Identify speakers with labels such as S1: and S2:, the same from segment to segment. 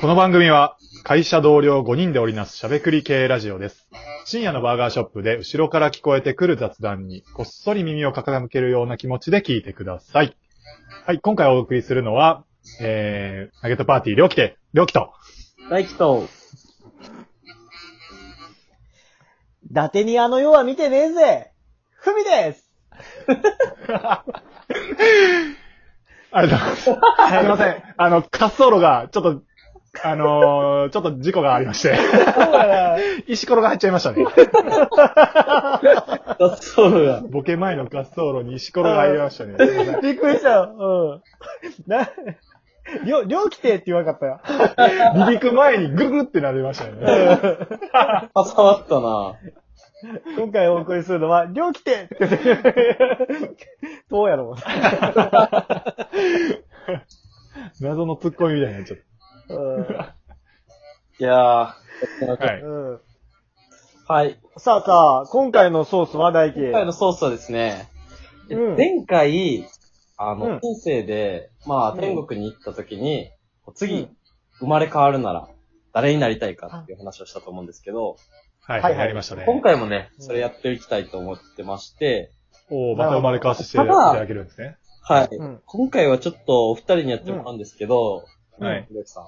S1: この番組は会社同僚5人で織りなすしゃべくり系ラジオです。深夜のバーガーショップで後ろから聞こえてくる雑談にこっそり耳を傾けるような気持ちで聞いてください。はい、今回お送りするのは、えー、ナゲットパーティー、りょうきて、りょうきと。
S2: 大輝と、伊達にあの世は見てねえぜふみです
S1: ありがとうございます。すいません。あの、滑走路が、ちょっと、あのーちょっと事故がありまして、石ころが入っちゃいましたね。
S2: そうだ。
S1: ボケ前の滑走路に石ころが入りましたね。すいま せん
S2: びっくりした。うん。な、りょ、りょうきてって言わなかったよ。
S1: 離陸前にググってなりましたよね。
S3: 挟まったな
S2: 今回お送りするのは、りょうき てって。どうやろ
S1: 謎のツッコミみたいになっちゃっ
S2: う。う
S3: いや
S1: た。はい。
S2: ん。うん。
S3: ー。はい。
S2: さあさあ、今回のソースは大輝。
S3: 今回のソースはですね、
S2: うん
S3: 前回、あ
S2: う
S3: の、
S2: ん
S3: 人生で、まあ、
S2: うん
S3: 天国に行った時に、
S2: う
S3: 次
S2: ん、
S3: 生まれ変わるなら、誰になりたいかっていう話をしたと思うんですけど、
S1: はい、
S2: はい
S1: やりましたね。
S3: 今回もね、
S2: うん
S3: それやっていきたいと思ってまして、
S1: おーまた生まれ変わさせていただけるんですね。
S3: はい。
S2: うん。
S3: 今回はちょっとお二人にやってもらうんですけど、
S1: うんはい
S3: ひろゆきさん。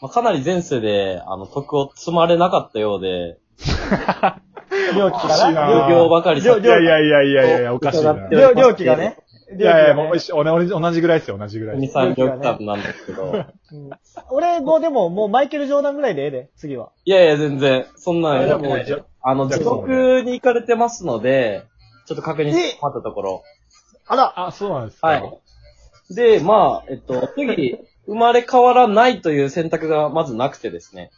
S3: まあ、かなり前世で、あの、徳を積まれなかったようで、
S2: りょうき
S1: おかし
S2: か
S1: いな
S2: な。
S3: 奉行ばかりさ
S2: りょ
S1: いやいやいやいやいや、おかしいな。
S3: 伺って
S2: りょうりょうきがね。
S1: いやいや、もう
S2: りょうきが
S1: 一緒
S2: ね
S1: 同じ同じぐらいですよ、同じぐらいです。
S3: さん両極端なんですけど、
S2: うん俺もでも、もうマイケル・ジョーダンぐらいでええで、次は。
S3: いやいや、全然、そんなん
S1: あ
S3: や
S1: で
S3: ってない
S1: もじゃ
S3: あの、
S1: じゃあ
S3: 地獄に行かれてますので、ちょっと確認してもらったところ。
S2: あら
S1: あ、そうなんですか。
S3: はい。で、まあ、えっと、次、生まれ変わらないという選択がまずなくてですね。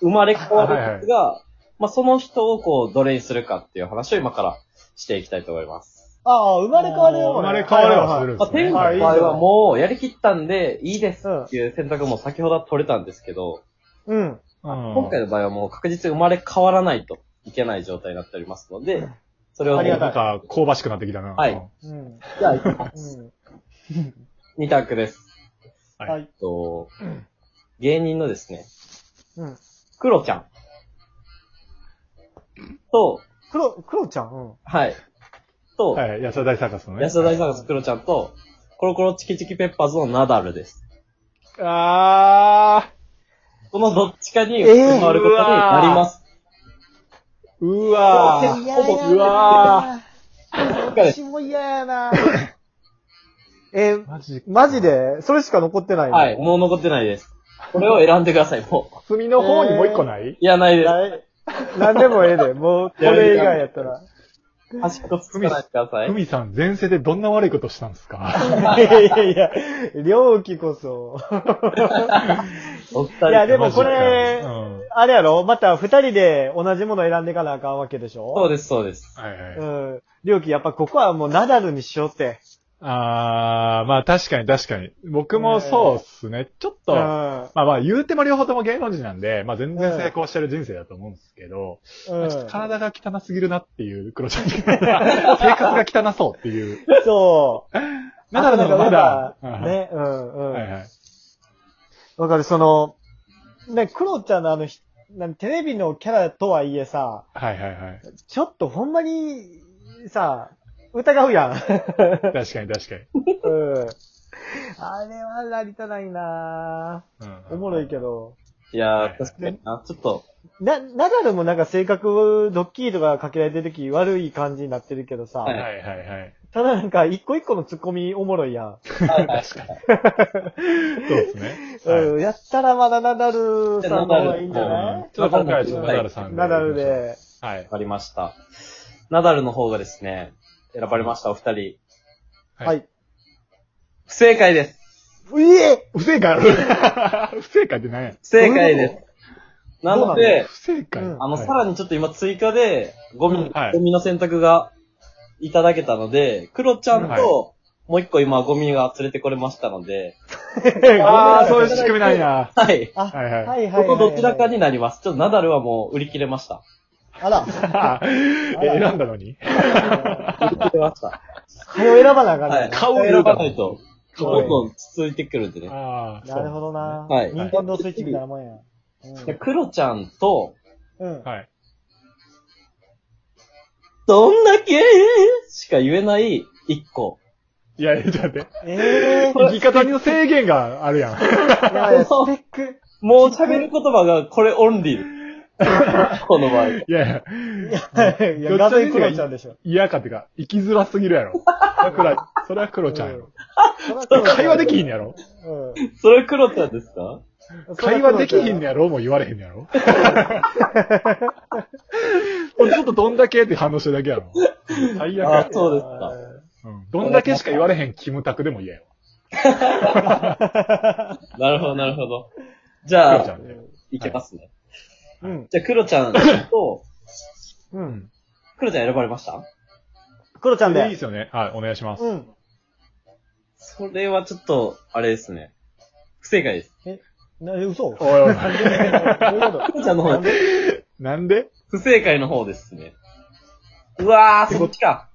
S3: 生まれ変わるんですが、まあ、その人をこう、どれにするかっていう話を今からしていきたいと思います。
S2: ああ、生まれ変わるよ、
S1: 生まれ変わればするん
S3: ま
S1: です
S3: あ、天
S1: ね。
S3: 国の
S2: はい
S3: 場合はもう、やりきったんで、いいです
S2: うん
S3: っていう選択も先ほどは取れたんですけど、
S2: うん。
S1: 今
S3: 今回の場合はもう確実に生まれ変わらないといけない状態になっておりますので、それを
S2: ありがた
S1: ないんか、香ばしくなってきたな。
S3: はい
S1: うん
S2: うん。
S3: じゃあ行きま
S2: うん。
S3: す、2択です。
S1: はい
S2: はい
S3: え。っと、芸人のですね、
S2: うん。
S3: クロちゃん。と、
S2: クロ、クロちゃんうん。
S3: はい。と、
S1: はい、安田大サーカスのね。
S3: 安田大サーカスクロちゃんと、コロコロチキチキペッパーズのナダルです。
S1: あ
S3: このどっちかに
S2: えー
S3: 生まれることになります。
S1: ー、うわ
S3: ー
S1: ー。
S3: いやいやいや
S1: うわ
S2: 私も嫌やな えー、
S1: マジ
S2: マジでそれしか残ってないの
S3: はい、。もう残ってないです。これを選んでください、もう。
S1: 隅の方にもう一個ない
S3: いや、ないです。
S2: ななんでもええで。もう、これ以外やったら。
S3: 端っこつかないでください
S1: ふ。みさん、前世でどんな悪いことしたんですか
S2: いやいやいや、料気こそ。
S3: お二人。
S2: いやでも
S1: マジか
S2: これ
S1: うん
S2: あれやろまた二人で同じもの選んでいかなあかんわけでし
S3: そ
S2: ょ
S3: うです、そうです。
S1: はいはい。
S2: うん。料気やっぱここはもうナダルにしようって。
S1: あー、まあ確かに確かに。僕もそうっすね。ちょっと、
S2: うん。
S1: まあまあ言うても両方とも芸能人なんで、まあ全然成功してる人生だと思うんですけど、
S2: うん。
S1: ちょっと体が汚すぎるなっていう黒ちゃん生活が汚そうっていう。
S2: そう。
S1: だからでもまだ、
S2: なかなか
S1: うん
S2: ね、うんうん。わ、
S1: はいはい。
S2: かる、その、ね、クロちゃんのあのひ、なんテレビのキャラとはいえさ、
S1: はいはいはい。
S2: ちょっとほんまに、さ、疑うやん。
S1: 確かに確かに。
S2: うん。あれはなりたないな
S1: うん
S2: ぁ。おもろいけど。
S3: いやー、確かにな。ちょっと、
S2: な、ナダルもなんか性格、ドッキリとかかけられてる時悪い感じになってるけどさ、
S1: はい
S3: は
S1: はいはい。
S2: ただなんか一個一個のツッコミおもろいやん。
S1: 確かに。そう ですね。はい
S2: うん。やったらまだナダルさんの方がいいんじゃ
S3: う
S2: ない
S1: ちょっと今回はちょっとナダルさん
S2: ナダル。で。
S1: はい
S3: わ。かりました。ナダルの方がですね、選ばれました、お二人。
S1: はい
S2: はい。
S3: 不正解です。
S2: うえ
S1: 不正解不正解って何や
S3: 不正解です。なので、
S1: 不正解、
S2: うん
S3: あの、
S1: はい
S3: さらにちょっと今追加で、ゴミ、
S1: はい
S3: ゴミの選択がいただけたので、クロちゃん
S1: はい
S3: と、もう一個今ゴミが連れてこれましたので、
S1: ああ、そういう仕組みなんや。
S3: はい。
S2: あ、
S1: はいはい
S2: はいはいはい。
S3: ここどちらかになります。ちょっとナダルはもう売り切れました。
S2: あ ら、
S1: え選んだのに
S3: 言ってました。
S2: 早を選ばなあかんねん
S3: はい。
S1: 顔
S3: 選ばないと、
S1: か
S3: ど
S1: わい
S3: ん
S1: い
S3: どん続いてくるんでね。
S1: ああ、
S2: なるほどな。
S3: はい
S2: ニンテンドースイッチみたいなもんや。うん
S3: クロちゃんと、
S2: うん
S1: そう。。はい。
S3: どんだけしか言えない一個。
S1: いや、ちょっと待って。
S2: ええ
S1: 生き方の制限があるやん。
S2: いやいや、スペック。
S3: もう喋る言葉がこれオン リー。この場合。
S1: いやいや、
S2: いや、画面クロちゃんでしょ。
S1: 嫌かってか、生きづらすぎるやろ。だから、それは黒ちゃんやろ。
S2: う
S1: 会話できひん
S2: ね
S1: ねやろ。
S3: それクロちゃんですか
S1: 会話できひんね
S2: や。
S1: やろもう言われへんねやろ。俺ちょっとどんだけって反応してるだけやろ。最悪や
S3: あ。そうですか
S1: うんどんだけしか言われへんキムタクでも嫌や
S3: なるほど、なるほど。じ
S1: わ。
S3: ゃ
S1: 黒ちゃ
S3: あ、
S1: んで。
S3: いけますね。
S2: うん。
S3: じゃあ、クロちゃんと、
S2: う。
S1: うんん。
S3: クロちゃん選ばれました
S2: クロちゃん
S1: いいで
S2: で。
S1: すよね。はい、お願いします。
S2: うん。
S3: それはちょっと、あれですね。不正解です。
S2: な、嘘どういうこ
S1: おいおい、
S2: と
S3: クロちゃんの方
S2: なん
S3: です。
S1: なんで
S3: 不正解の方ですね。うわー、そっちか。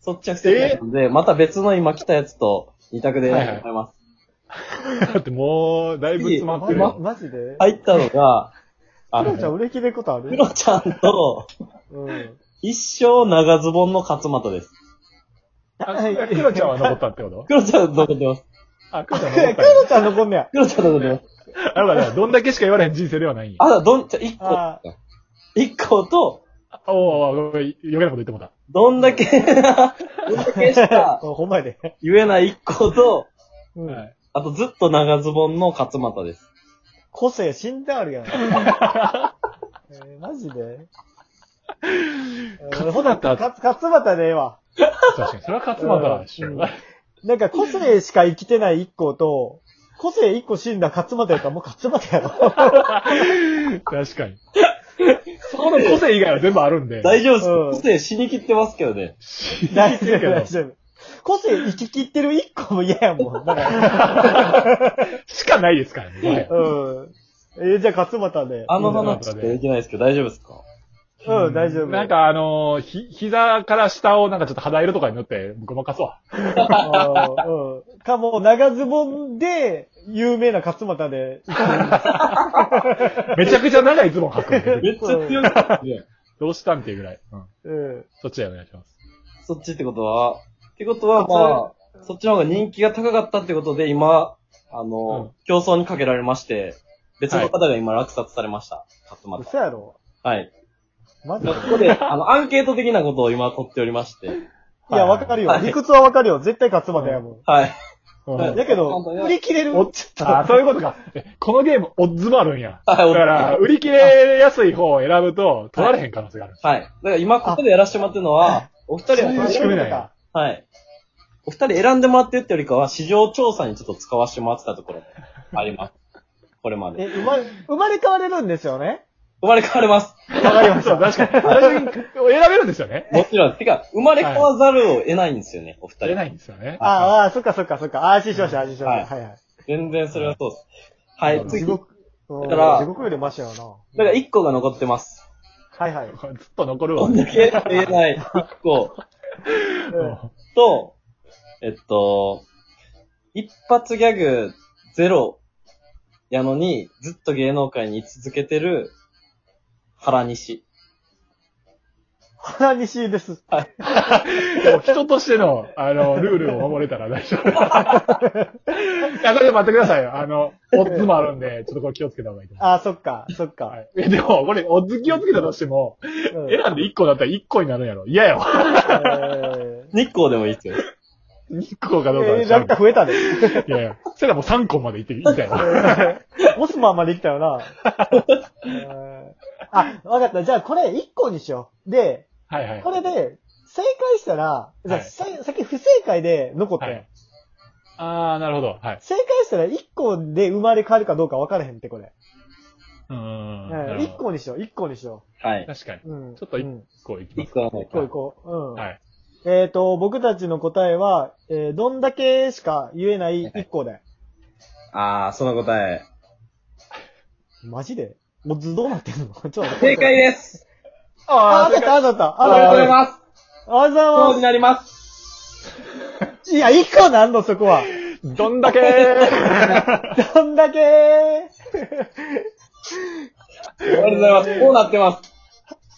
S3: そっちは不正解なんで、また別の今来たやつと、二択で選ばれます。
S1: だってもう、だいぶ詰まってる
S2: ま、
S1: よ。
S2: マジで
S3: 入ったのが、あ
S2: ク
S3: の
S2: ロちゃん売れ切れることあ
S3: ク
S2: る
S3: ロちゃんと、
S2: うん。
S3: 一生長ズボンの勝俣です。
S1: あ黒ちゃんは残ったってこと
S3: クロちゃん残ってます。
S1: あ、黒ちゃん
S2: い
S1: 残
S2: や
S1: っ
S2: ク
S1: たんや。
S2: ロちゃん残んねや。
S3: クロちゃん残ってます。
S1: だから、どんだけしか言われへん人生ではないんや。
S3: あ、どん、じゃ、一個
S2: あ。
S3: 一個と、
S1: あおうおう、ごめん余計なこと言ってもうた。
S3: どんだけ、どんだけし か
S2: うんほんまやで。
S3: 言えない一個と、
S2: う
S1: は
S2: ん。
S1: い
S3: あとずっと長ズボンの勝俣です。
S2: 個性死んであるやん。えーマジで
S1: 勝俣
S2: かつ、勝俣でええわ。
S1: 確かに。それは勝俣でしょ。
S2: うんなんか個性しか生きてない一個と、個性一個死んだ勝俣やったらもう勝俣やろ。
S1: 確かに。そこの個性以外は全部あるんで。
S3: 大丈夫です。
S2: うん
S3: 個性死にきってますけどね。
S1: 知らん
S2: 大
S1: け
S2: 丈夫、
S1: ど
S2: 大丈夫。個性生き切ってる一個も嫌やもん。だから、
S1: しかないですからねもはや。
S2: うん。えーじゃあ勝俣で。
S3: あの話しかできないですけど、大丈夫ですか
S2: うん、大丈夫。
S1: なん、かあのー、ひ、膝から下をなんかちょっと肌色とかに塗って、ごまかすわ。
S2: うん。かも、長ズボンで、有名な勝俣で。
S1: めちゃくちゃ長いズボン履くんで。
S3: めっちゃ強いですね。
S1: どうしたんっていうぐらい。うん。
S2: うん。
S1: そっちでお願いします。
S3: そっちってことは、ってことはまあ、そっちの方が人気が高かったってことで、今、あの、競争にかけられまして、別の方が今落札されました。勝俣。
S2: 嘘やろ。
S3: はい。
S2: マジ
S3: こ
S2: で。
S3: こ で、あの、アンケート的なことを今取っておりまして。
S2: いや、わかるよ
S3: は。い
S2: 理屈はわかるよ。絶対勝俣やも
S3: はい。
S1: うん
S3: は
S2: ん。
S3: い
S2: だけ
S3: なん
S2: ど
S3: か、ね
S2: 売り切れる。
S1: おっちゃあ、そういうこと か。えこのゲーム、オッズもあるんや。
S3: はい、
S1: だ
S3: お
S1: から、売り切れやすい方を選ぶと、取られへん可能性がある。
S3: はい。だから今ここでやらせてもらってるのは、お二人
S1: そういう
S3: は、
S1: 仕組みなんや。
S3: はい。お二人選んでもらってるってよりかは、市場調査にちょっと使わせてもらってたところもあります。これまで。
S2: え、生まれ、生まれ変われるんです よね
S3: 生まれ変われます。
S2: わかりまし
S1: そう、
S2: た。
S1: 確かに。最初に選べるんですよね。
S3: もちろん。てか、生まれ変わざるを得ないんですよね、お二人。
S1: 取れないんですよね。
S2: ああ、そっかそっかそっか。安心しました、安心しました。はいはい。
S3: 全然それはそうです。はい、
S1: い
S3: 次。
S2: 地
S3: だか
S2: 獄。うん
S3: だから
S2: 地獄よりマシやろ
S3: ら1個が残ってます。
S2: な。はいはい。
S1: ずっと残るわ
S3: どん。だけ言えない1個
S2: うん
S3: と、えっと、一発ギャグゼロやのに、ずっと芸能界に居続けてる原西。
S2: 花西です。
S1: でも人としての、あの、ルールを守れたら大丈 夫。いや、これ待ってくださいよ。あの、オッズもあるんで、ちょっとこれ気をつけた方がいいと思
S2: ああ、そっか、そっ
S1: う。は
S2: か。
S1: い、えでも、これ、オッズ気をつけたとしても、
S2: うん
S1: 選んで1個だったら1個になるんやろ。嫌やわ。
S2: え
S3: 日光でもいいですよ。
S1: 2個かどうか
S2: ー
S1: は
S2: え
S1: 知ら
S2: なん
S1: んけ
S2: か
S1: ど
S2: 増え たで。
S1: いやいや。それらもう3個までいっていい たいな。
S2: モスマンまで来たよ な。えーあ、わかった。じゃあこれ1個にしよう。で、
S1: はいはい。
S2: これで、正解したら、じゃあ、
S1: はい
S2: ささっき不正解で残ったやん、
S1: はいああ、なるほど。はい。
S2: 正解したら1個で生まれ変わるかどうか分からへんって、これ。
S1: うーん。
S2: う
S1: なるほ
S2: ん、
S1: ど
S2: 1個にしよう、1個にしよ
S3: はい。
S1: 確かに。
S2: う。うん。
S1: ちょっと
S2: うん、
S1: 1
S2: 1
S1: 個いきま
S3: 1
S1: す。
S3: 個はない
S2: 個い
S3: か。
S2: こう。うん。
S1: はい。
S2: えっ、と、僕たちの答えは、えーどんだけしか言えない1個で。
S3: あー、その答え。
S2: マジでもう図どうなってんの ちょっと待って
S3: 正解です
S1: あ
S2: あ、当たった、当たった。
S3: お
S2: あ
S3: めでとうご
S2: 当た
S3: ざい
S2: った。
S3: ます。
S2: あざ
S3: そう
S2: わ
S3: になります。
S2: す。いや、一個なんの、そこは。
S1: どんだけー
S2: どんだけ
S3: ありがとうございます。もうなってま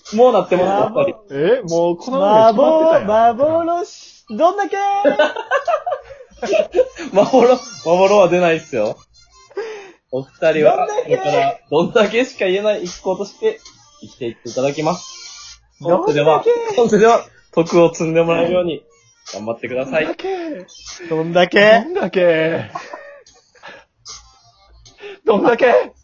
S3: す。もうなってます、やっぱり。
S1: えもうこの前
S2: ま
S1: 決まってたやん。
S2: 幻、ど んだけ
S3: 幻、幻は出ないっすよ。お二人は、
S2: どんだ
S3: こ
S2: け
S3: れから、どんだけしか言えない一行として、生きていっていただきます。
S2: どんだけ
S3: 本当では、本当では、徳を積んでもらえるように、頑張ってください。
S1: どんだけーど
S2: どんだ
S1: んだけーどんだけー